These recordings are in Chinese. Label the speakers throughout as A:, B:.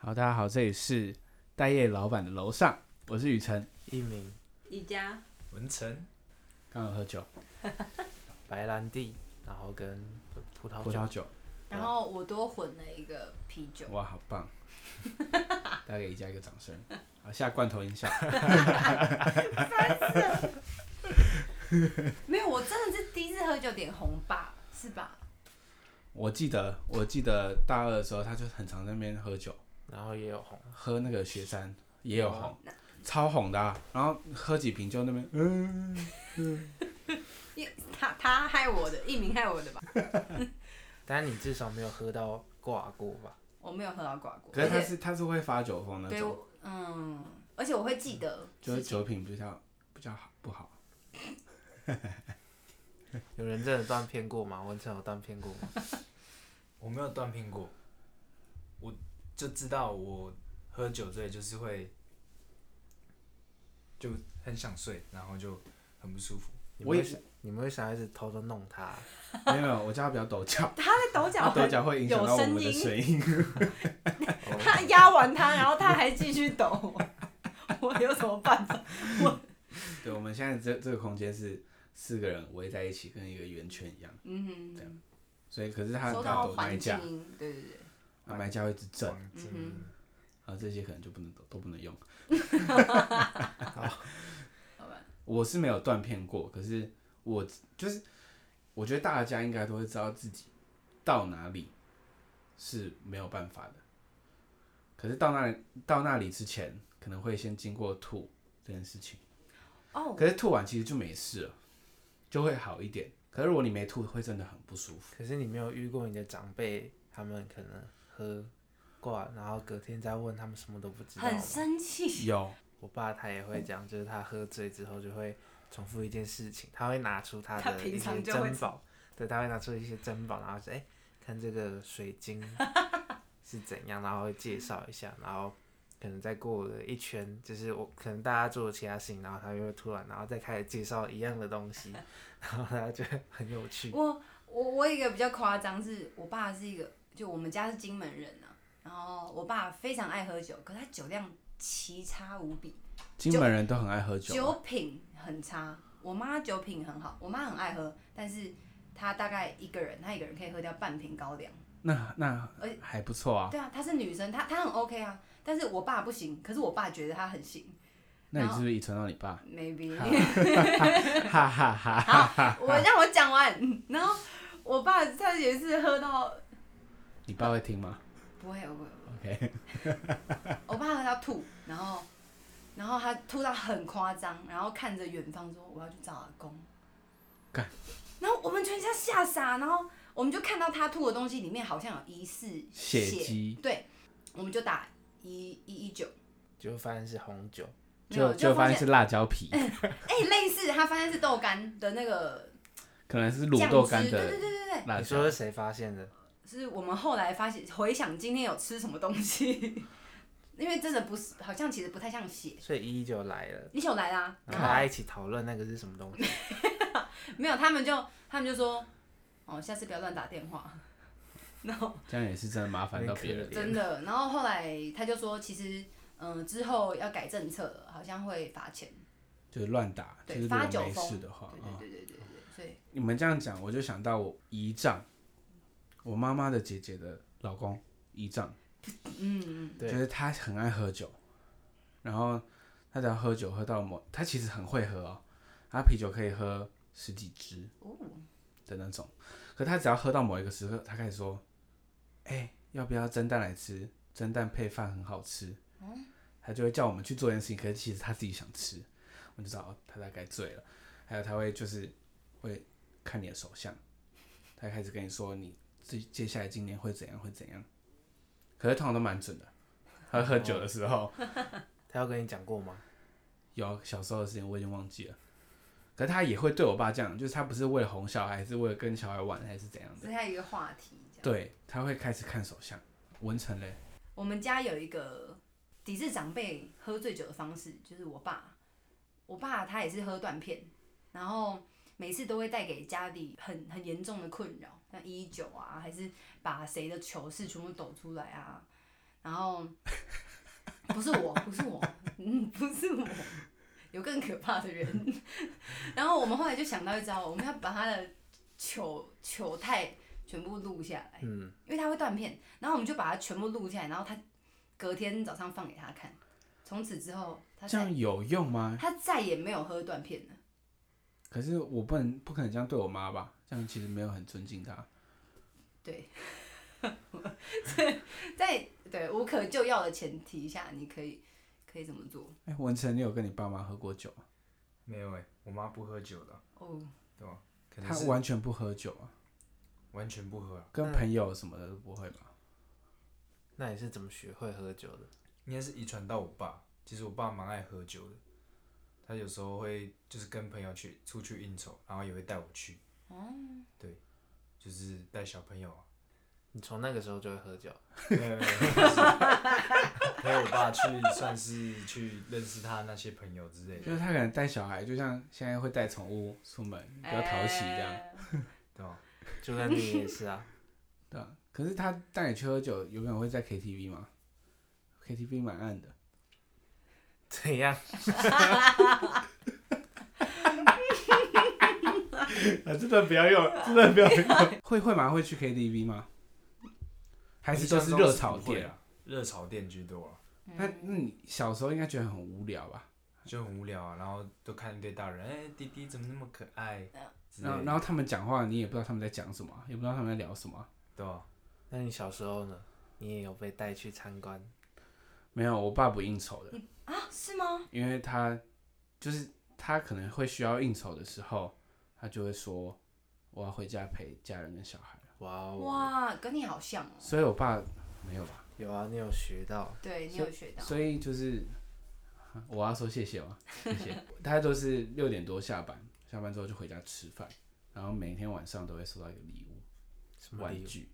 A: 大家好，这里是待业老板的楼上，我是雨辰，
B: 一名
C: 宜家
B: 文成，
A: 刚刚喝酒，
B: 白兰地，然后跟葡萄
A: 葡萄酒，
C: 然后我多混了一个啤酒，
A: 嗯哇，好 棒！大家给宜家一个掌声。好，下罐头音效。
C: 没有，我真的是第一次喝酒点红吧，是吧？
A: 我记得，我记得大二的时候，他就很常在那边喝酒，
B: 然后也有红，
A: 喝那个雪山也有红，
C: 啊
A: 超红的、啊。然后喝几瓶就那边，嗯，
C: 因为他他害我的，一鸣害我的吧？
B: 但你至少没有喝到挂过吧？
C: 我没有喝到挂过，
A: 可是他
C: 而且
A: 是他是会发酒疯那
C: 对
A: 种，嗯
C: 我，嗯，而且我会记得，
A: 就是酒品比较比较好不好？
B: 有人真的断片过吗？文成有断片过吗？
D: 我没有断片过，我就知道我喝酒醉就是会，就很想睡，然后就很不舒服。
B: 你
A: 我
B: 们
A: 也
B: 会想，你们会想一直偷偷弄他？
A: 没有没有，我叫他不要抖 脚，
C: 他在抖脚
A: 他抖
C: 很，
A: 脚会影响
C: 啊有
A: 到我
C: 声
A: 们的
C: 音
A: 水音。
C: 他压完他，然后他还继续抖， 我有什么办法？
A: 对，我们现在这这个空间是四个人围在一起，跟一个圆圈一样，
C: 嗯
A: 所以可是他
C: 哼，收
A: 他
C: 到
A: 抖麦
C: 环境
A: 架，
C: 音，对对对，
A: 那麦架会一直震，
D: 忘记
C: 嗯
A: 然后这些可能就不能抖，都不能用。
C: 好吧，
A: 我是没有断片过，可是我就是我觉得大家应该都会知道自己到哪里是没有办法的，可是到那里到那里之前，可能会先经过吐这件事情，
C: 哦，
A: 可是吐完其实就没事了，就会好一点。可是如果你没吐，会真的很不舒服。
B: 可是你没有遇过你的长辈，他们可能喝挂，然后隔天再问他们什么都不知道
C: 很
B: 吗。
C: 生气，
A: 有，
B: 我爸他也会讲，就是他喝醉之后就会重复一件事情，他会拿出他
C: 他
B: 的
C: 平
B: 一
C: 常
B: 些
C: 就会
B: 珍宝，对，他会拿出一些珍宝，然后说，哎、看这个水 晶是怎样，然后会介绍一下，然后可能再过了一圈，就是我可能大家做了其他事情，然后他又会突然，然后再开始介绍一样的东 西，然后他就会很有趣。
C: 我我我有一个比较夸张，是我爸是一个，就我们家是金门人啊，然后我爸非常爱喝酒，可他酒量奇差无比，
A: 金门人都很爱喝酒。啊
C: 酒品很差。我妈酒品很好，我妈很爱喝，但是她大概一个人，她一个人可以喝掉半瓶高粱。
A: 那那
C: 而且
A: 还不错啊。
C: 哎对啊，她是女生，她她很 OK 啊，但是我爸不行，可是我爸觉得她很行
A: 那你
C: 然
A: 是
C: 后
A: 不是遗传到你爸？
C: ，maybe
A: 哈。哈哈哈！
C: 好，我让我讲完。 然后我爸他也是喝到
A: 你爸会听吗
C: 不会不会不会。
A: ？OK，
C: 我爸喝到吐，然后，然后他吐到很夸张，然后看着远方说：“我要去找阿公。”
A: 干。
C: 然后我们全家吓傻，然后我们就看到他吐的东西里面好像有疑似
A: 血迹
C: 对，我们就打一一一九，
B: 就发现是红酒，
C: 没有
A: 就就发
C: 发
A: 现是辣椒皮，
C: 哎、类似他发现是豆干的那个
A: 可能是
C: 酱
A: 卤豆干
C: 汁，对对
A: 的
C: 对对对，
A: 辣
B: 你
A: 椒
B: 说。是谁发现的？
C: 是我们后来发现回想今天有吃什么东西，因为真的不是，好像其实不太像血。
B: 所以依依就来了，
C: 一九来啦、
B: 然后大家一起讨论那个是什么东西。
C: 没有，他们就他们就说，哦，下次不要乱打电话。然后
A: 这样也是真的麻烦到别人
B: 很。
C: 真的，然后后来他就说，其实嗯、呃之后要改政策了，好像会罚钱。
A: 就是乱打，就
C: 对
A: 是如果
C: 发酒
A: 没
C: 疯
A: 事的话
C: 对
A: 啊、
C: 对对对对对，所以
A: 你们这样讲，我就想到我姨丈，我妈妈的姐姐的老公姨丈，
C: 嗯，
B: 对
A: 就是他很爱喝酒，然后他只要喝酒喝到某，他其实很会喝哦，他啤酒可以喝十几支，
C: 哦，
A: 的那种。可他只要喝到某一个时刻，他开始说：“哎、要不要蒸蛋来吃？蒸蛋配饭很好吃。”他就会叫我们去做一件事情，可是其实他自己想吃，我就知道哦他大概醉了。还有他会就是会看你的手相，他开始跟你说你这接下来今年会怎样会怎样，可是通常都蛮准的。他喝酒的时候，
B: 他有跟你讲过吗？
A: 有小时候的事情，我已经忘记了。可是他也会对我爸这样，就是他不是为了哄小孩，是为了跟小孩玩，还是怎样的？
C: 这还有一个话题这样。
A: 对，他会开始看手相。文成嘞，
C: 我们家有一个抵制长辈喝醉酒的方式，就是我爸，我爸他也是喝断片，然后每次都会带给家里很很严重的困扰，像一一九啊，还是把谁的糗事全部抖出来啊，然后不是我，不是我，嗯，不是我， 有更可怕的人。然后我们后来就想到一招，我们要把他的糗糗态全部录下来，
B: 嗯，
C: 因为他会断片。然后我们就把它全部录下来，然后他隔天早上放给他看。从此之后，他
A: 这
C: 再
A: 样有用吗？
C: 他再也没有喝断片了。
A: 可是我不能不可能这样对我妈吧？这样其实没有很尊敬她。
C: 对，在对无可救药的前提下，你可以可以怎么做？
A: 哎、文成，你有跟你爸妈喝过酒吗？
D: 没有哎、我妈不喝酒的，
C: 哦，
D: 对吧？可能
A: 她
D: 是
A: 完全不喝酒啊，
D: 完全不喝啊，
A: 跟朋友什么的都不会吧？
B: 那你是怎么学会喝酒的？
D: 应该是遗传到我爸。其实我爸蛮爱喝酒的，他有时候会就是跟朋友去出去应酬，然后也会带我去。哦，对，就是带小朋友啊，
B: 你从那个时候就会喝酒？
D: 没有没有没有就是陪我爸去，算是去认识他那些朋友之类
A: 就
D: 的，
A: 是她可能带小孩，就像现在会带宠物出门，比较讨喜这样，
C: 哎
D: 对吧？
B: 就跟你也是啊，
A: 对啊。可是她带你去喝酒，有可能会在 KTV 吗？KTV 蛮暗的，
B: 怎样？
A: 啊，真的不要用， 真的不要用。会会吗？会去 KTV 吗？还是都是热炒
D: 我印象中是不会
A: 店？
D: 啊？热炒店居多啊，
A: 那那你小时候应该觉得很无聊吧？
D: 就很无聊啊，然后都看一堆大人，哎、弟弟怎么那么可爱？之类
A: 然后
D: 的
A: 然后他们讲话，你也不知道他们在讲什么，也不知道他们在聊什么。
D: 对吧？
B: 那你小时候呢？你也有被带去参观？
A: 没有，我爸不应酬的，
C: 啊，是吗？
A: 因为他就是他可能会需要应酬的时候，他就会说我要回家陪家人跟小孩，
B: 哇哦，
C: 哇，跟你好像哦。
A: 所以我爸没有吧？
B: 有啊，你有学到，
C: 对你有学到，
A: 所以就是 啊我要说谢谢 吗？谢谢。他都是六点多下班，下班之后就回家吃饭，然后每天晚上都会收到一个礼物，
B: 什么礼
A: 玩
B: 物
A: 具，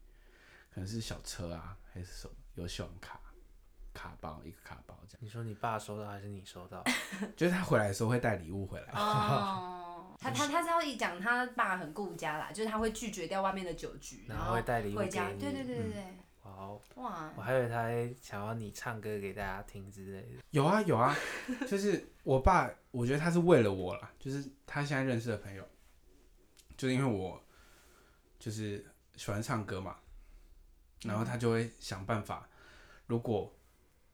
A: 可能是小车啊，还是什么，有信用卡。卡包一个卡包这
B: 你说你爸收到还是你收到？
A: 样，就是他回来的时候会带礼物回来，
C: 哦，他他他是要一讲他爸很顾家啦，就是他会拒绝掉外面的酒局，
B: 然
C: 然
B: 后会带礼物
C: 哦回家。
B: 给你
C: 对对对对
A: 嗯
C: 对，
B: 哇哦，
C: 哇，
B: 我还以为他会想要你唱歌给大家听之类的。
A: 有啊有啊， 就是我爸，我觉得他是为了我啦，就是他现在认识的朋友，就是因为我就是喜欢唱歌嘛，然后他就会想办法，如果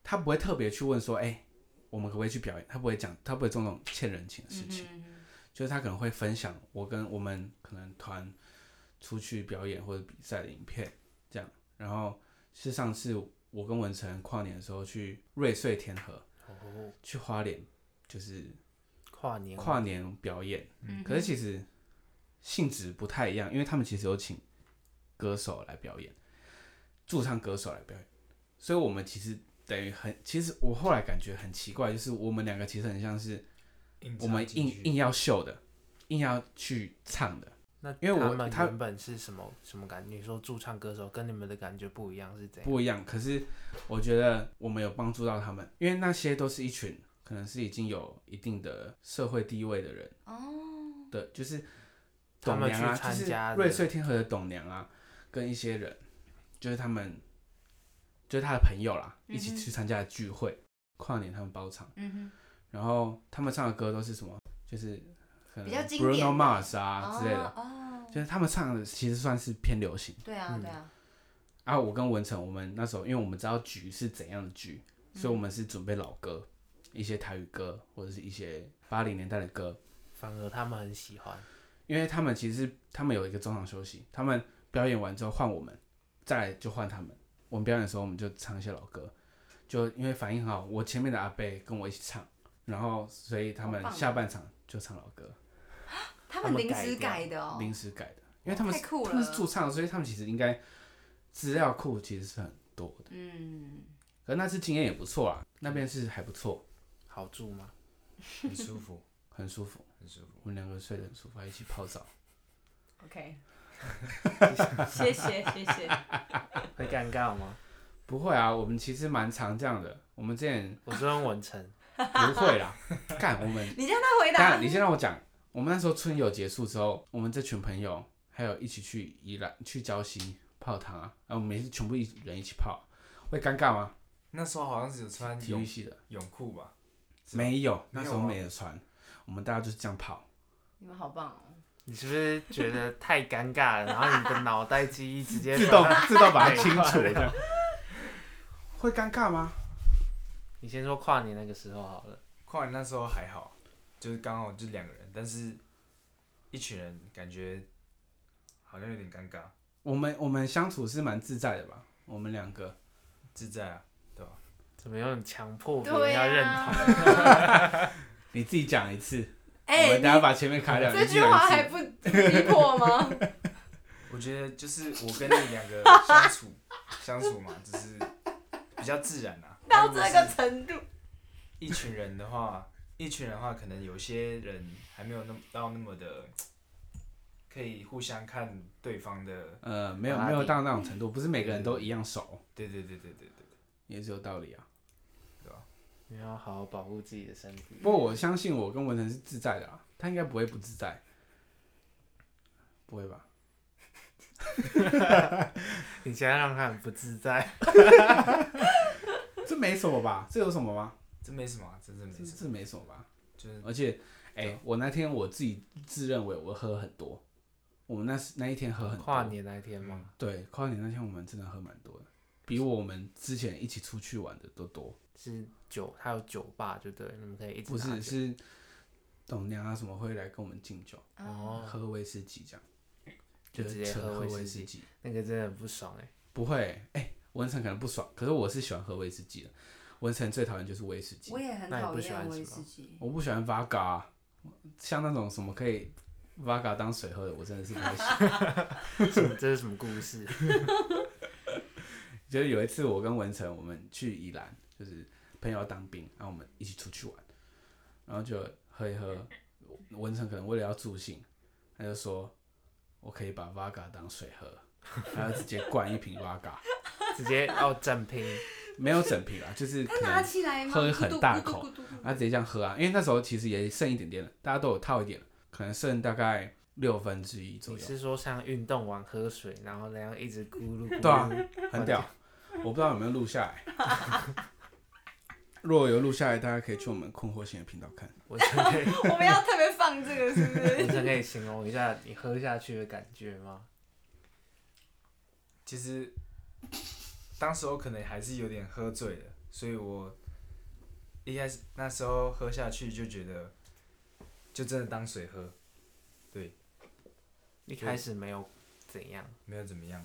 A: 他不会特别去问说，哎、我们可不可以去表演？他不会讲，他不会做那种欠人情的事
C: 嗯
A: 情，
C: 嗯嗯
A: 就是他可能会分享我跟我们可能团出去表演或者比赛的影片，这样。然后是上次我跟文成跨年的时候去瑞穗天河。
B: 哦，
A: 去花莲就是
B: 跨年
A: 跨年表演，
C: 嗯
A: 可是其实性质不太一样，因为他们其实有请歌手来表演，驻唱歌手来表演，所以我们其实等于很，其实我后来感觉很奇怪，就是我们两个其实很像是
D: 硬
A: 我们
D: 插进
A: 硬
D: 去
A: 硬要秀的，硬要去唱的，
B: 那
A: 因为我
B: 他们
A: 他
B: 原本是什么什么感觉？你说驻唱歌手跟你们的感觉不一样是怎样？
A: 不一样。可是我觉得我们有帮助到他们，因为那些都是一群可能是已经有一定的社会地位的人。
C: 哦，
A: 的，就是
B: 他
A: 董
B: 们
A: 娘
B: 去
A: 啊，
B: 参
A: 就是
B: 加的
A: 瑞穗天河的董娘啊，跟一些人，就是他们，就是他的朋友啦，一起
C: 嗯哼
A: 去参加的聚会，跨年他们包场，
C: 嗯
A: 然后他们唱的歌都是什么？就是可
C: 比
A: 能
C: 较经典的
A: Bruno Mars 啊
C: 哼，
A: 之类的，
C: 哦，哦
A: 就是嗯他们唱的其实算是偏流行。
C: 对啊对啊，
A: 啊，我跟文成，我们那时候因为我们知道局是怎样的局，
C: 嗯
A: 所以我们是准备老歌，一些台语歌或者是一些八零年代的歌，
B: 反而他们很喜欢。
A: 因为他们其实他们有一个中场休息，他们表演完之后换我们，再来就换他们。我们表演的时候，我们就唱一些老歌，就因为反应很好，我前面的阿贝跟我一起唱，然后所以他们
C: 好棒哦
A: 下半场就唱老歌，
C: 他
B: 他
C: 们
B: 们
C: 临
B: 改
C: 时
B: 掉
C: 改的哦，
A: 临时改的，因为他们
C: 太
A: 是
C: 酷
A: 他们是
C: 了
A: 驻唱的，所以他们其实应该资料库其实是很多的。
C: 嗯，
A: 可是那次经验也不错
D: 嗯
A: 啊，那边是还不错，
B: 好住吗？
D: 很舒服，
A: 很舒服，
D: 很舒服。
A: 我们两个睡得很舒服，还一起泡澡。
C: OK，谢谢谢谢，
B: 会尴尬吗？
A: 不会啊，我们其实蛮常这样的，我们之前
B: 我是问文成，
A: 不会 啦，干我们。
C: 你让他回
A: 等一
C: 答
A: 下，你先让我讲。我们那时候春游结束之后，我们这群朋友还有一起啊去宜兰、去礁溪泡汤啊，然后我们也是全部一人一起泡，会尴尬吗？
D: 那时候好像只有穿
A: 体育
D: 泳
A: 系的
D: 泳裤吧，是吗
A: 没有，
D: 没
A: 那
D: 有
A: 时候
D: 啊
A: 没有穿，我们大家就是这样跑。
C: 你们好棒哦！
B: 你是不是觉得太尴尬了？然后你的脑袋记忆直接
A: 自动
B: 把它
D: 啊
A: 自动把它
B: 对
A: 清
B: 跨
A: 除
B: 掉
A: 掉。会尴尬吗？
B: 你先说跨年那个时候好了，
D: 跨年那时候还好，就是刚好就两个人，但是一群人感觉好像有点尴尬，
A: 我们我们相处是蛮自在的吧？我们两个
D: 自在啊，对吧、
B: 怎么有点强迫别人
C: 对啊
B: 要认同？
C: 呀，
A: 你自己讲一次，我
C: 哎，
A: 们
C: 你
A: 等下把前面卡掉。
C: 这
A: 你自己
C: 句
A: 讲一
C: 话
A: 次
C: 还不逼迫吗？
D: 我觉得就是我跟你两个相处相处嘛，就是比较自然啊。
C: 到
D: 如
C: 这
D: 果
C: 个
D: 是
C: 程度，
D: 一群人的话，一群人的话，可能有些人还没有那么到那么的，可以互相看对方的。
A: 呃，没有
B: 拉
A: 没有
B: 低
A: 到那种程度，不是每个人都
D: 嗯
A: 一样熟，
D: 对对对对对对，
A: 也是有道理啊。
B: 你要好好保护自己的身体。
A: 不过我相信我跟文成是自在的啊，他应该不会不自在，不会吧？
B: 你现在让他很不自在，
A: 这没什么吧？这有什么吗？
D: 这没什么、啊，真的没
A: 这
D: 什么，
A: 这没什么吧？
D: 就是
A: 而且，哎、我那天我自己自认为我喝很多，我们那时那一天喝很多。嗯
B: 跨年那一天吗？
A: 对，跨年那天我们真的喝蛮多的，比我们之前一起出去玩的都多。
B: 是酒，还有酒吧，就对了，你们可以一直
A: 不
B: 拿
A: 是
B: 酒
A: 是董娘啊什么会来跟我们敬酒，
B: 哦，
A: 喝威士忌这样，
B: 就
A: 是
B: 直接
A: 纯
B: 喝
A: 喝
B: 威士
A: 士
B: 忌
A: 忌。
B: 那个真的很不爽哎、
A: 不会，哎、文成可能不爽，可是我是喜欢喝威士忌的。文成最讨厌就是威士忌
C: 我，也很
B: 那你
C: 讨
B: 不喜欢什
C: 厌威
B: 么
C: 士忌。
A: 我不喜欢 v a g a 像那种什么可以 v a g a 当水喝的，我真的是不太喜欢。
B: 什嗯么这是什么故事？
A: 就是有一次我跟文成我们去宜兰，就是朋友要当兵，然后我们一起出去玩，然后就喝一喝。文成可能为了要助兴，他就说：“我可以把 v a g a 当水喝。”然后直接灌一瓶 v a g a
B: 直接要占拼，
A: 没有整瓶啊，就是
C: 他
A: 可能
C: 拿起来吗？
A: 喝很大口
C: 咕嘟咕嘟咕嘟咕嘟
A: 啊，直接这样喝啊，因为那时候其实也剩一点点了，大家都有套一点了，可能剩大概六分之一左
B: 你
A: 右，
B: 是说像运动完喝水，然后那样一直咕噜咕噜？
A: 对啊，很屌。我不知道有没有录下来，如果有录下来，大家可以去我们困惑型的频道看。
B: 我真可以，
C: 我们要特别放这个是不是？
B: 我 真可以形容一下你喝下去的感觉吗？
D: 其实当时候可能还是有点喝醉了，所以我一开始那时候喝下去就觉得，就真的当水喝，
B: 一开始没有怎样，
D: 没有怎么样，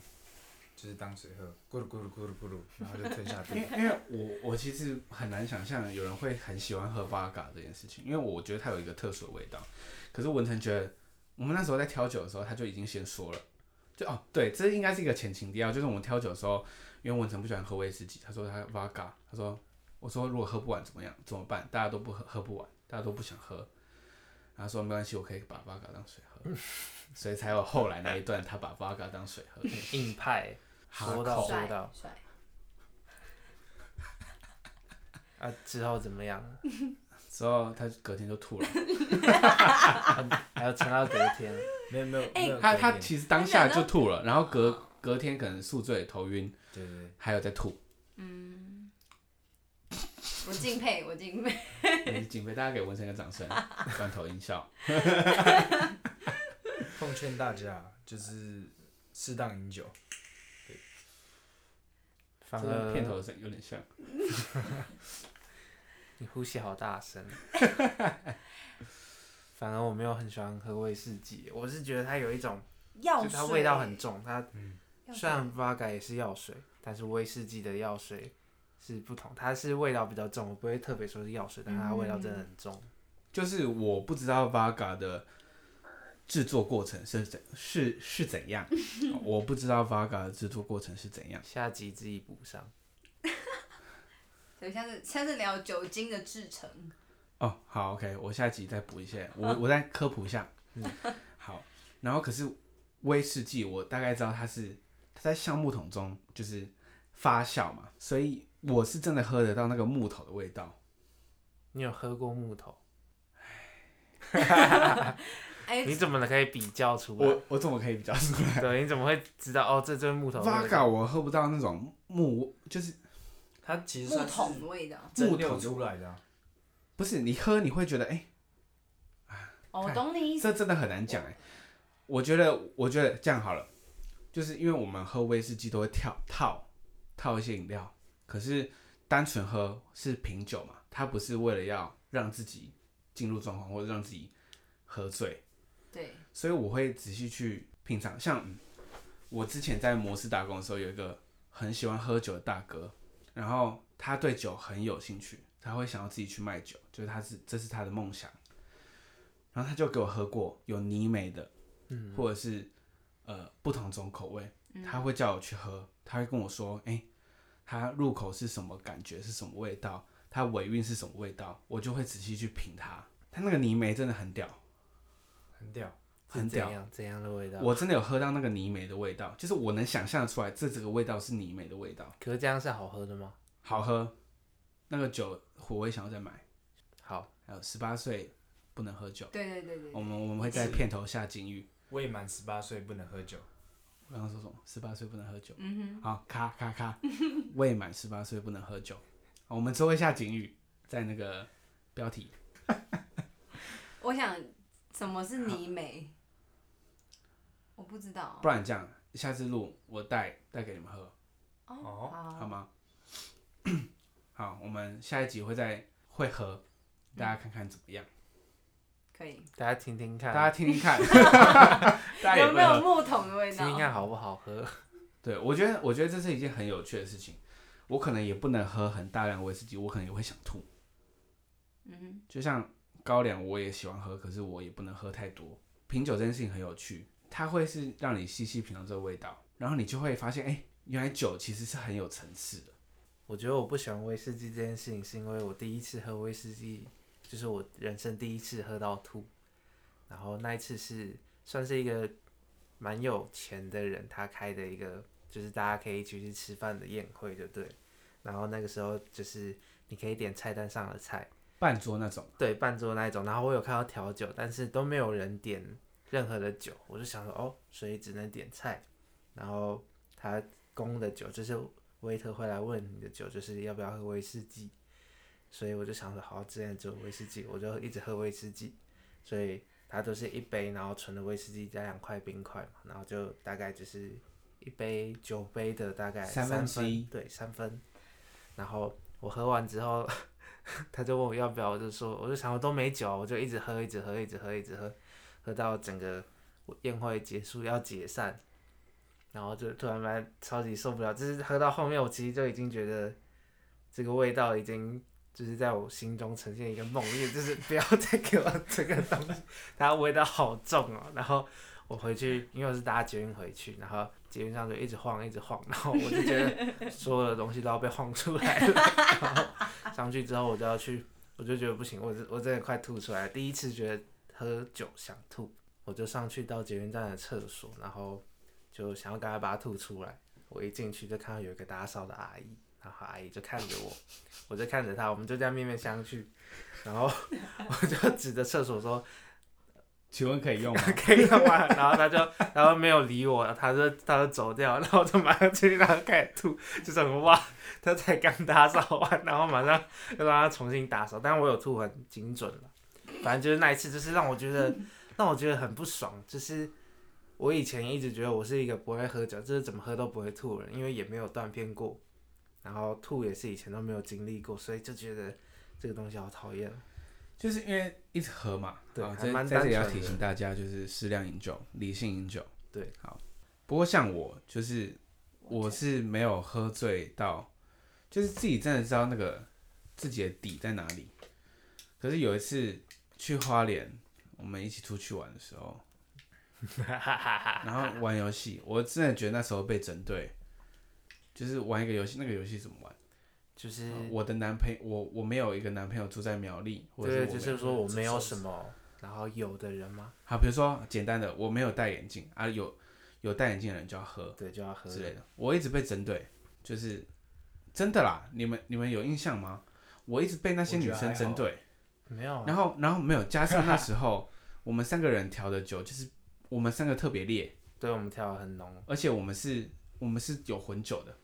D: 就是当水喝，咕噜咕噜咕噜咕噜，然后就吞下
A: 因
D: 肚
A: 为。因为我我其实很难想象有人会很喜欢喝八嘎这件事情，因为我觉得它有一个特殊的味道。可是文成觉得，我们那时候在挑酒的时候，他就已经先说了，就哦对，这应该是一个前情提要，就是我们挑酒的时候，因为文成不喜欢喝威士忌，他说他八嘎，他说我说如果喝不完怎么样怎么办？大家都不喝喝不完，大家都不想喝，然后他说没关系，我可以把八嘎当水 喝，所以才有后来那一段他把八嘎当水喝，
B: 很硬派，
A: 哈
B: 说到
A: 口
B: 说
C: 帅
B: 到
C: 帅，
B: 啊，之后怎么 样？
A: 之后他隔天就吐了。
B: 还要撑到隔天，
D: 没有没
C: 哎
D: 有，没有
A: 他
D: 改
A: 他
D: 变
A: 其实当下就吐了，然后隔隔天可能宿醉、头晕，
D: 对对对，
A: 还有在吐。
C: 嗯，我敬佩，我敬佩。
A: 也是警备，大家给文成一个掌声，罐头音效。
D: 奉劝大家就是适当饮酒，
B: 反
A: 这个
B: 而
A: 片头的声音有点像。
B: 你呼吸好大声。 反而我没有很喜欢喝威士忌，我是觉得它有一种，
C: 药
B: 就是它味道很重，它
A: 嗯
C: 药水
B: 虽然 v 嘎也是药水，但是威士忌的药水是不同，它是味道比较重，我不会特别说是药水，但它味道真的很重。
C: 嗯
A: 就是我不知道 Vaga 的制作过程是怎是是怎样，我不知道 Vaga 的制作过程是怎样。
B: 下集自己补上。
C: 对，下次下次聊酒精的制成。
A: 哦，好，OK，我下集再补一些，我我再科普一下。嗯，好。然后可是威士忌，我大概知道它是它在橡木桶中就是发酵嘛，所以我是真的喝得到那个木头的味道。
B: 你有喝过木头？
C: 哎、
B: 你怎么能可以比较出来？
A: 我我怎么可以比较 出来
B: 对，你怎么会知道？哦，这就是木头味道。
A: ？Vaga 我喝不到那种木，就是
D: 它其实
C: 木
D: 算
C: 桶
D: 是
C: 的味道。
D: 蒸
A: 木
D: 馏
A: 桶
D: 出来的啊、
A: 不是你喝你会觉得，哎、
C: 哦，我
A: 看
C: 懂你意思。
A: 这真的很难讲哎、我觉得，我觉得这样好了，就是因为我们喝威士忌都会跳套套一些饮料，可是单纯喝是品酒嘛，它不是为了要让自己进入状况或者让自己喝醉，
C: 对，
A: 所以我会仔细去品尝。像嗯我之前在摩斯打工的时候，有一个很喜欢喝酒的大哥，然后他对酒很有兴趣，他会想要自己去卖酒，就是他是这是他的梦想。然后他就给我喝过有泥煤的，嗯，或者是呃不同种口味，他会叫我去喝，他会跟我说，哎、它入口是什么感觉，是什么味道，它尾韵是什么味道，我就会仔细去品它。它那个泥煤真的很屌，
D: 很屌。
A: 很
B: 是怎
A: 屌。
B: 样怎样的味道？
A: 我真的有喝到那个泥煤的味道，就是我能想象得出来，这这个味道是泥煤的味道，
B: 可是这样是好喝的吗？
A: 好喝。那个酒我会想要再买。
B: 好，
A: 还有十八岁不能喝酒，
C: 对对对对
A: 我们我们会在片头下警语。
D: 未满十八岁不能喝酒，
A: 我刚刚说什么？十八岁不能喝酒。嗯哼。好，咔咔咔，未满十八岁不能喝酒。好我们之后会下警语，在那个标题。
C: 我想什么是泥煤？我不知道。
A: 不然这样，下次录我带带给你们喝，
C: 哦，
A: 好
C: 好，
A: 吗？好，我们下一集会再会合，大家看看怎么样。
C: 可以。
B: 大家听听看，
A: 大家听听 看， 大家也
C: 有
A: 不
C: 没
A: 能
C: 有
A: 喝
C: 木桶的味
B: 听听
C: 道？
B: 看哦好不好喝？
A: 对，我觉得我觉得这是一件很有趣的事情。我可能也不能喝很大量威士忌，我可能也会想吐。
C: 嗯
A: 就像高粱，我也喜欢喝，可是我也不能喝太多。品酒这件事情很有趣，它会是让你细细品尝这个味道，然后你就会发现，哎、原来酒其实是很有层次的。
B: 我觉得我不喜欢威士忌这件事情，是因为我第一次喝威士忌，就是我人生第一次喝到吐。然后那一次是算是一个蛮有钱的人，他开的一个就是大家可以一起去吃饭的宴会，就对。然后那个时候就是你可以点菜单上的菜，
A: 半桌那种，
B: 对，半桌那一种。然后我有看到调酒，但是都没有人点任何的酒，我就想说哦，所以只能点菜。然后他供的酒就是威特会来问你的酒，就是要不要喝威士忌。所以我就想说，好，之前只有威士忌，我就一直喝威士忌。所以它都是一杯，然后纯的威士忌加两块冰块嘛，然后就大概就是一杯酒杯的大概
A: 三分
B: 分
A: 之一
B: 对，三分。然后我喝完之后， 他就问我要不要，我就说，我就想我都没酒，啊我就一直喝，一直喝，一直喝，一直喝，喝到整个宴会结束要解散，然后就突然蛮超级受不了，就是喝到后面，我其实就已经觉得这个味道已经就是在我心中呈现一个梦魇，就是不要再给我这个东西，它味道好重哦。然后我回去，因为我是搭捷运回去，然后捷运上就一直晃，一直晃，然后我就觉得所有的东西都要被晃出来了。然后上去之后，我就要去，我就觉得不行，我真我真的快吐出来了，第一次觉得喝酒想吐，我就上去到捷运站的厕所，然后就想要赶快把它吐出来。我一进去就看到有一个打扫的阿姨，然后阿姨就看着我，我就看着她，我们就这样面面相觑，然后 我就指着厕所说
A: 请问可以用吗？
B: 可以了吗？然后他就，然后没有理我，他就他就走掉，然后我就马上去让他开始吐， 就整个哇，他才刚打扫完，然后马上又让他重新打扫，但我有吐很精准了，反正就是那一次，就是让我觉得让我觉得很不爽，就是我以前一直觉得我是一个不会喝酒，就是怎么喝都不会吐的人，因为也没有断片过，然后吐也是以前都没有经历过，所以就觉得这个东西好讨厌。
A: 就是因为一直喝嘛。
B: 对
A: 好
B: 还
A: 在
B: 蛮
A: 在这里要
B: 单纯的
A: 提醒大家，就是适量饮酒，理性饮酒。
B: 对，
A: 好。不过像我，就是我是没有喝醉到，就是自己真的知道那个自己的底在哪里。可是有一次去花莲，我们一起出去玩的时候，然后玩游戏，我真的觉得那时候被针对，就是玩一个游戏，那个游戏怎么玩？
B: 就是
A: 呃我的男朋友，我我没有一个男朋友住在苗栗，或者
B: 对，
A: 我
B: 就
A: 没
B: 是说我没有什
D: 这
B: 么，然后有的人嘛，
A: 好，比如说简单的，我没有戴眼镜啊，有有戴眼镜的人就要喝
B: 对，就要喝
A: 之类的。我一直被针对，就是真的啦，你们你们有印象吗？我一直被那些
D: 我觉
A: 女
D: 得
A: 生
D: 还
A: 针
D: 好嗯
A: 对，
B: 没有啊，
A: 然后然后没有加上 那时候我们三个人调的酒，就是我们三个特别烈，
B: 对我们跳的很浓，
A: 而且我们是我们是有混酒的，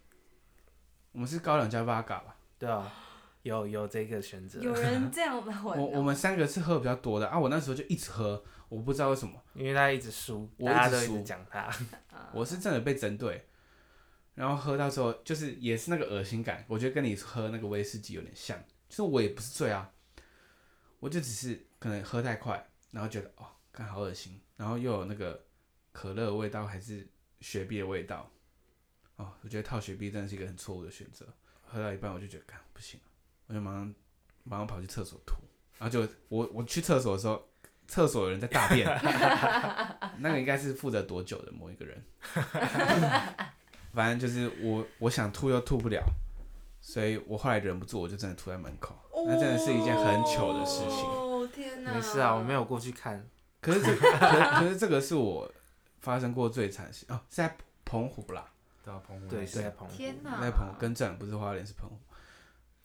A: 我们是高粱加 v a g a 吧？
B: 对啊，有有这个选择，
C: 有人这样混、
A: 我我
C: 哦，
A: 们三个是喝比较多的啊，我那时候就一直喝，我不知道为什么，
B: 因为他一直输，
A: 我
B: 大家
A: 一直
B: 都
A: 输
B: 一直讲 他，
C: 啊
A: 我是真的被针对，然后喝到之后就是也是那个恶心感，我觉得跟你喝那个威士忌有点像，就是我也不是醉啊，我就只是可能喝太快，然后觉得哦，看好恶心，然后又有那个可乐的味道还是雪碧的味道，哦，我觉得套雪碧真的是一个很错误的选择，喝到一半我就觉得干不行了，我就马上马上跑去厕所吐，然后就我我去厕所的时候。厕所有人在大便，那个应该是负责多久的某一个人，反正就是我我想吐又吐不了，所以我后来忍不住，我就真的吐在门口。那真的是一件很糗的事情。
C: 哦天哪！
B: 没事啊，我没有过去看，
A: 可是这可可是这个是我发生过最惨的事哦，是在澎湖啦，
D: 对啊，澎湖
B: 对，
D: 那
B: 是
D: 次
B: 在澎湖，
C: 天哪！
A: 在澎湖跟 正不是花莲是澎湖，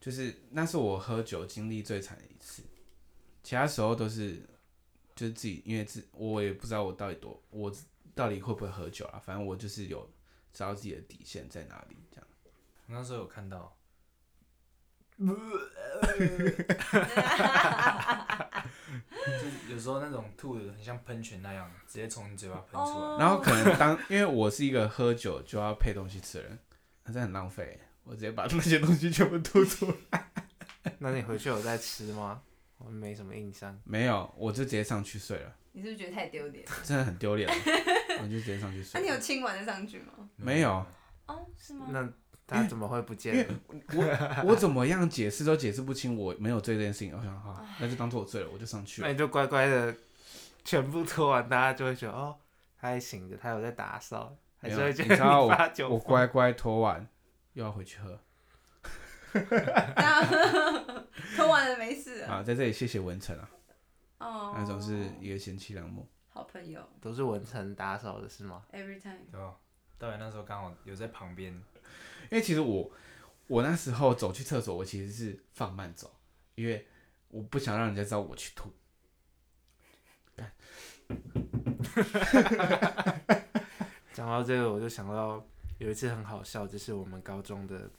A: 就是那是我喝酒经历最惨的一次，其他时候都是就是自己，因为自我也不知道我到底多我到底会不会喝酒啊，反正我就是有知道自己的底线在哪里这样。
D: 我那时候有看到，就是有时候那种吐的很像喷泉那样，直接从你嘴巴喷出来。
C: 哦
A: 然后可能当因为我是一个喝酒就要配东西吃的人，那真的很浪费。欸我直接把那些东西全部吐出来。
B: 那你回去有在吃吗？我没什么印象，
A: 没有，我就直接上去睡了，
C: 你是不是觉得太丢脸？
A: 真的很丢脸。我就直接上去
C: 那、
A: 睡
C: 啊你有
A: 了。
C: 亲完再上去吗？
A: 没有，
C: 哦，是 吗？
B: 那他怎么会不见 了？
A: 我 我怎么样解释都解释不清，我没有醉这件事情。我想好，那就当做我醉了，我就上去
B: 那
A: 了。
B: 你就乖乖的全部拖完，大家就会觉得哦，他还醒着，他有在打扫，还
A: 没
B: 是
A: 有，
B: 会
A: 你
B: 觉
A: 知
B: 得
A: 道
B: 发
A: 我
B: 酒
A: 我
B: 疯
A: 乖乖拖完，又要回去喝
C: 喝完了没事了。
A: 啊。在这里谢谢文成啊，
C: 哦，
A: 那总是一个贤妻良母。
C: 好朋友
B: 都是文成打扫的是吗？
C: ，every time。
D: 对吧？导演那时候刚好有在旁边，
A: 因为其实我我那时候走去厕所，我其实是放慢走，因为我不想让人家知道我去吐。
B: 讲到这个，我就想到有一次很好笑，就是我们高中的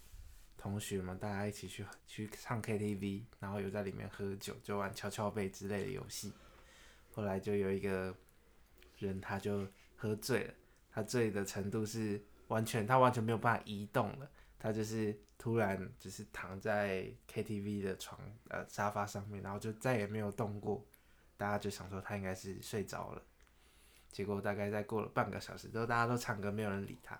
B: 同学们，大家一起去去唱 KTV，然后有在里面喝酒，就玩跷跷杯之类的游戏。后来就有一个人，他就喝醉了，他醉的程度是完全，他完全没有办法移动了，他就是突然就是躺在 KTV 的床呃沙发上面，然后就再也没有动过。大家就想说他应该是睡着了。结果大概再过了半个小时之后，大家都唱歌，没有人理他。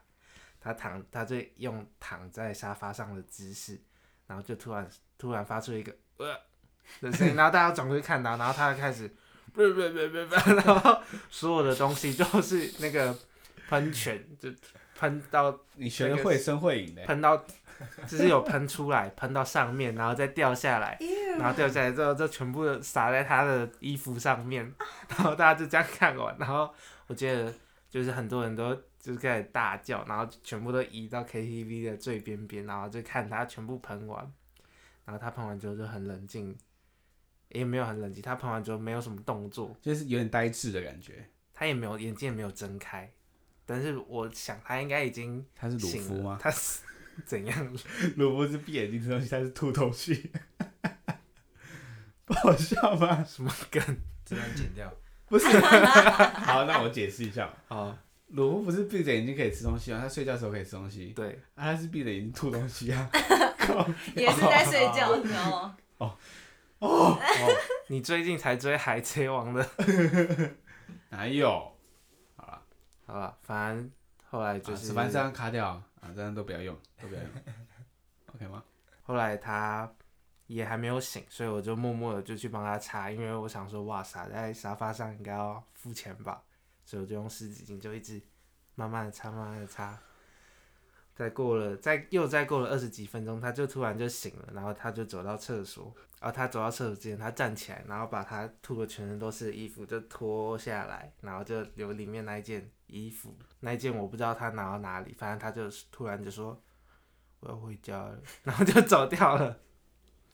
B: 他躺，他就用躺在沙发上的姿势，然后就突然突然发出一个呃的声音，然后大家转过去看他，然后他就开始不不不不不， 然后所有的东西都是那个喷泉，就喷到
A: 你学的会声会影的，
B: 喷到，就是有喷出来，喷到上面，然后再掉下来，然后掉下来之后，就全部都洒在他的衣服上面，然后大家就这样看完，然后我觉得就是很多人都就是开始大叫，然后全部都移到 KTV 的最边边，然后就看他全部喷完，然后他喷完之后就很冷静，也没有很冷静，他喷完之后没有什么动作，
A: 就是有点呆滞的感觉。
B: 他也没有眼睛也没有睁开，但是我想他应该已经
A: 他是鲁
B: 醒
A: 夫
B: 了
A: 吗？
B: 他是 怎样？
A: 鲁夫是闭眼睛吃东西，他是吐东西， 不好笑吗？
B: 什么梗？
D: 这段剪掉。
A: 不是。好，那我解释一下。
B: 哦，
A: 鲁夫不是闭着眼睛可以吃东西吗？他睡觉的时候可以吃东西，
B: 对，
A: 啊，他是闭着眼睛吐东西 啊。
C: 也是在睡觉
B: 哦
C: 的时候，
B: 你最近才追《海贼王》的，
A: 哪有？
B: 好吧？反正后来就
A: 啊
B: 是，
A: 反正这样卡掉啊，啊这样都不要用，都不要用 ，OK 吗？
B: 后来他也还没有醒，所以我就默默的就去帮他擦，因为我想说，哇塞，在沙发上应该要付钱吧，所以我就用湿纸巾就一直慢慢的擦，慢慢的擦。再过了，再又再过了二十几分钟，他就突然就醒了，然后他就走到厕所，然后他走到厕所之前，他站起来，然后把他吐的全身都是的衣服就脱下来，然后就留里面那一件衣服，那一件我不知道他拿到哪里，反正他就突然就说我要回家了，然后 就走掉了。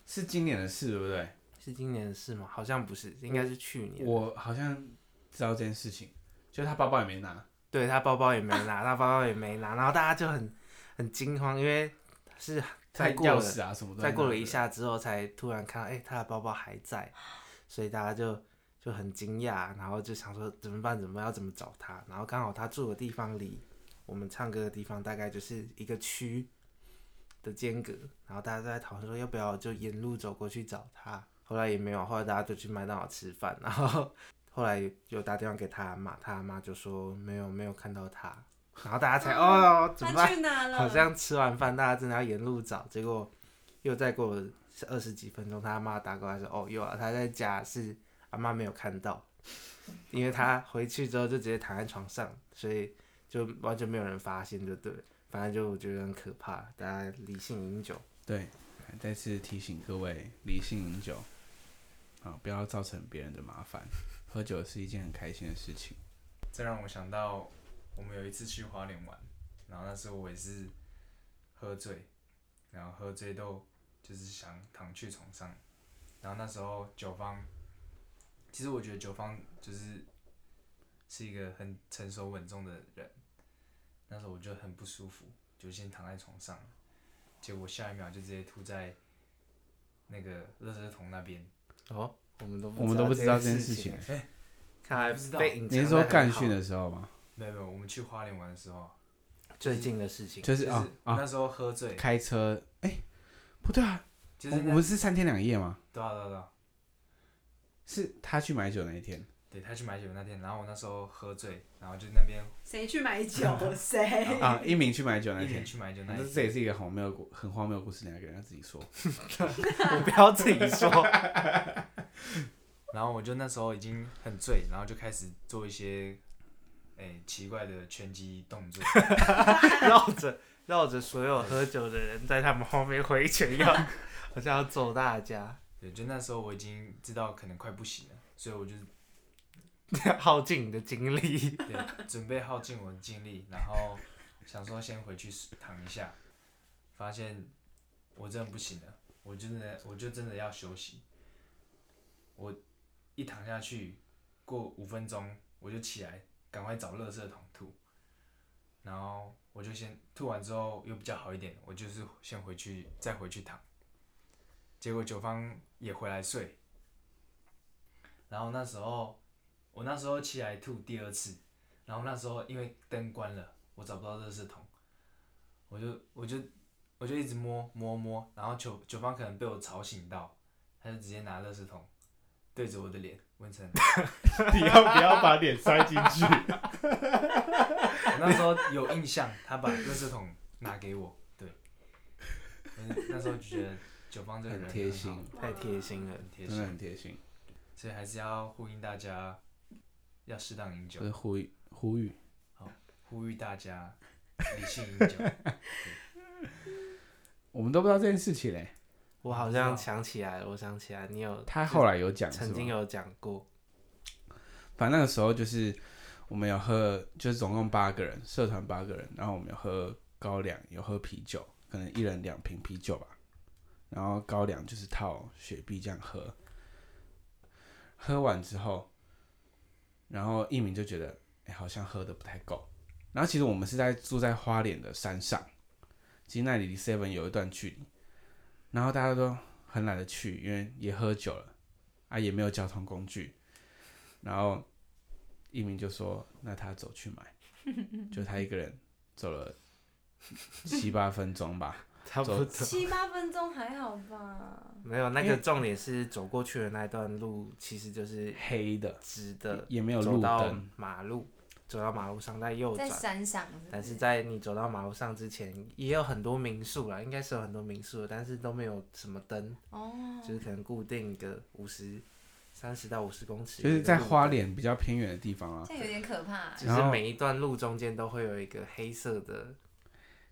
A: 是今年的事，对不对？
B: 是今年的事吗？好像不是，应该是去年。
A: 我好像知道这件事情，就是他包包也没拿，
B: 对他包包也没拿，他包包也没拿，然后大家就很很惊慌，因为是
A: 带
B: 再过
A: 钥
B: 了
A: 匙啊什么的。
B: 再过了一，下之后，才突然看到，哎、他的包包还在，所以大家就就很惊讶，然后就想说怎么办？怎么办？要怎么找他？然后刚好他住的地方离我们唱歌的地方大概就是一个区的间隔，然后大家都在讨论说要不要就沿路走过去找他。后来也没有，后来大家就去麦当劳吃饭，然后后来有打电话给他阿妈，他阿妈就说没有没有看到他，然后大家才哦 怎么办
C: 他？去哪了？
B: 好像吃完饭大家真的要沿路找，结果又再过了二十几分钟，他妈打过来说：“哦，有啊，他在家是阿妈没有看 到，因为他回去之后就直接躺在床上，所以就完全没有人发现，就对了。反正就我觉得很可怕，大家理性饮酒。
A: 对，再次提醒各位理性饮酒，啊，不要造成别人的麻 烦。喝酒是一件很开心的事情。
D: 这让我想到，我们有一次去花莲玩，然后那时候我也是喝醉，然后喝醉到就是想躺去床上，然后那时候酒方，其实我觉得酒方就是是一个很成熟稳重的人，那时候我就很不舒服，就先躺在床上，结果下一秒就直接吐在那个垃圾桶那边，
B: 哦，我们都
A: 我们都不知道这件事
B: 事
A: 情，
D: 哎、
B: 看来
D: 不知道
B: 被隐藏
A: 你是
B: 得
A: 说
B: 很
A: 干
B: 好
A: 训的时候吗？
D: 没有没有，我们去花莲玩的时候，
B: 最近的事情？
A: 就是
D: 就是
A: 啊啊，
D: 那时候喝醉，
A: 开车，哎、不对啊，
D: 就
A: 我
D: 是
A: 我
D: 那
A: 们是三天两夜吗？
D: 对啊对啊对啊。
A: 是他去买酒那一天，
D: 对他去买酒那天，然后我那时候喝醉，然后就那边
C: 谁去买 酒？谁？
A: 啊，一鸣去买酒那
D: 一
A: 天
D: 起。去买酒
A: 那
D: 那一
A: 这
D: 天，
A: 这也是一个荒谬的故，很荒谬的故事，两个人要自己说。
B: 我不要自己说，
D: 然后我就那时候已经很醉，然后就开始做一些诶、奇怪的拳击动作，
B: 绕着绕着所有喝酒的人在他们后面挥拳 要，好像要揍大家，
D: 对，就那时候我已经知道可能快不行了，所以我就
B: 耗尽你的精 力。
D: 对准备耗尽我的精力，然后想说先回去躺一下，发现我真的不行了，我真的我就真的要休息，我一躺下去，过五分钟我就起来，赶快找垃圾桶吐，然后我就先吐完之后又比较好一点，我就是先回去再回去躺，结果九方也回来睡，然后那时候我那时候起来吐第二次，然后那时候因为灯关了，我找不到热圾桶，我就我就我就一直摸摸摸，然后九九方可能被我吵醒到，他就直接拿热圾桶对着我的脸，温成。
A: 你要不要把脸塞进 去？
D: 我那时候有印象，他把垃圾桶拿给我，对，嗯那时候就觉得九方这个人
A: 很贴心
D: 很好
B: 太贴心了，
D: 很贴
A: 真的
D: 心，
A: 很贴心，
D: 所以还是要呼应大家，要适当饮酒
A: 就是，呼吁呼吁。
D: 呼吁大家理性饮酒。
A: 我们都不知道这件事情嘞，
B: 我好像想起来了，我想起来，你有
A: 他后来有讲，是
B: 曾
A: 吗
B: 经有讲过，
A: 反正那个时候就是我们有喝，就是总共八个人，社团八个人，然后我们有喝高粱，有喝啤酒，可能一人两瓶啤酒吧，然后高粱就是套雪碧这样喝。喝完之后，然后一鸣就觉得，哎、好像喝的不太够。然后其实我们是在住在花莲的山上，其实那里离 Seven 有一段距离，然后大家都很懒得去，因为也喝酒了，啊，也没有交通工具，然后一鸣就说：“那他走去买。”就他一个人走了七八分钟吧。
B: 差不多
C: 七八分钟还好吧？
B: 没有那
A: 因
B: 个
A: 为
B: 重点是走过去的那段路其实就是
A: 黑的，
B: 直的，
A: 也没有
B: 走
A: 路
B: 到
A: 灯，
B: 马路，走到马路上再右
C: 在
B: 转。
C: 山上不
B: 但是在你走到马路上之前，也有很多民宿啦，应该是有很多民宿的，但是都没有什么灯，
C: 哦，
B: 就是可能固定个五十、三十到五十公尺，
A: 就是在花，莲比较偏远的地方啊
C: 这，样有点可 怕。
B: 就
A: 然
B: 是
A: 后
B: 每一段路中间都会有一个黑色的，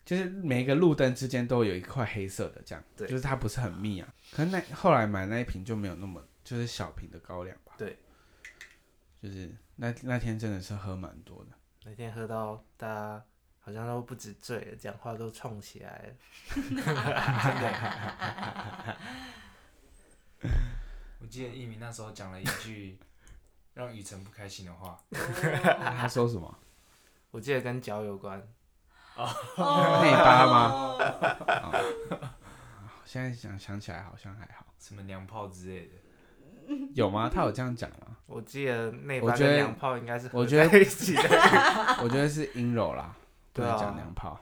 A: 就是每一个路灯之间都有一块黑色的，这样，
B: 对
A: 就是它不是很密啊。可是那后来买那一瓶就没有那么，就是小瓶的高粱吧。
B: 对，
A: 就是那那天真的是喝蛮多 的，
B: 那天喝到大家好像都不止醉了，讲话都冲起来了。
D: 我记得一鸣那时候讲了一句让雨辰不开心的话，
A: 他说什么？
B: 我记得跟脚有关，
A: 内八吗？哦
C: 哦
A: 现在想想起来好像还好，
D: 什么娘炮之类的。
A: 有吗？他有这样讲吗？
B: 我记得内
A: 我
B: 八
A: 觉得
B: 跟娘炮应该是合
A: 我觉得
B: 在一起的，
A: 我觉得是阴柔啦，不
B: 对啊
A: 能讲娘炮。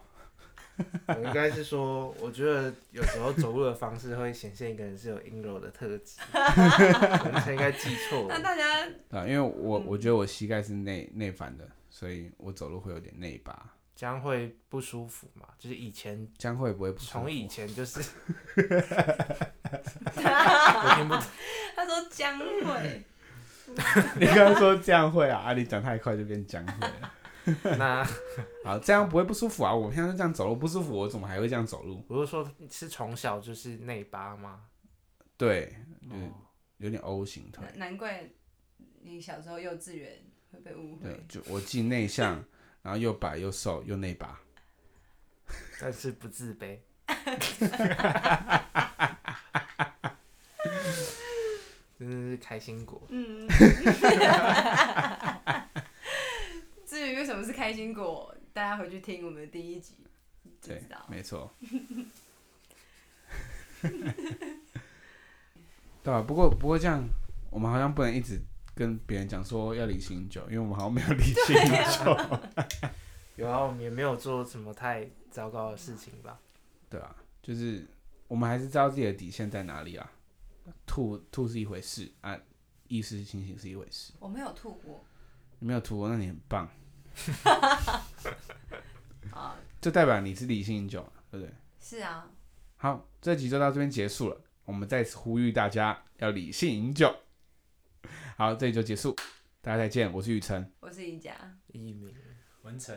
B: 我应该是说，我觉得有时候走路的方式会显现一个人是有阴柔的特质，我之前应该记错
C: 那
B: 了。
C: 大家
A: 对啊，因为我我觉得我膝盖是内内翻的，所以我走路会有点内八，
B: 这样会不舒服嘛？就是以前
A: 这样会不会不舒服
B: 从以前就是， 我听不懂。
C: 他说将会，
A: 你刚刚说这样会啊，啊你讲太快就变僵会了。
B: 那
A: 好，这样不会不舒服啊？我平常就这样走路不舒服，我怎么还会这样走路？
B: 我是说，是从小就是内八吗？
A: 对，就是
B: 哦，
A: 有点 O 型腿。
C: 难难怪你小时候幼稚园会被误
A: 对
C: 会，。
A: 就我既内向，然后又白又瘦又内八。
B: 但是不自卑。真的是开心果，
C: 嗯， 至于为什么是开心果，大家回去听我们的第一集就
A: 对
C: 知道，。
A: 没错。 对啊，不过不过这样，我们好像不能一直跟别人讲说要理性饮酒，因为我们好像没有理性饮酒，
B: 有啊，我们也没有做什么太糟糕的事情吧？
A: 对啊，就是我们还是知道自己的底线在哪里啊。吐吐是一回事啊，意识清醒是一回事。
C: 我没有吐过
A: 你没有吐，那你很棒，
C: 啊，
A: 就代表你是理性饮酒嘛，对不对？
C: 是啊，
A: 好，这集就到这边结束了。我们再次呼吁大家要理性饮酒。好，这里就结束，大家再见，我是雨辰。
C: 我是宜家。
B: 一鸣。
D: 文成。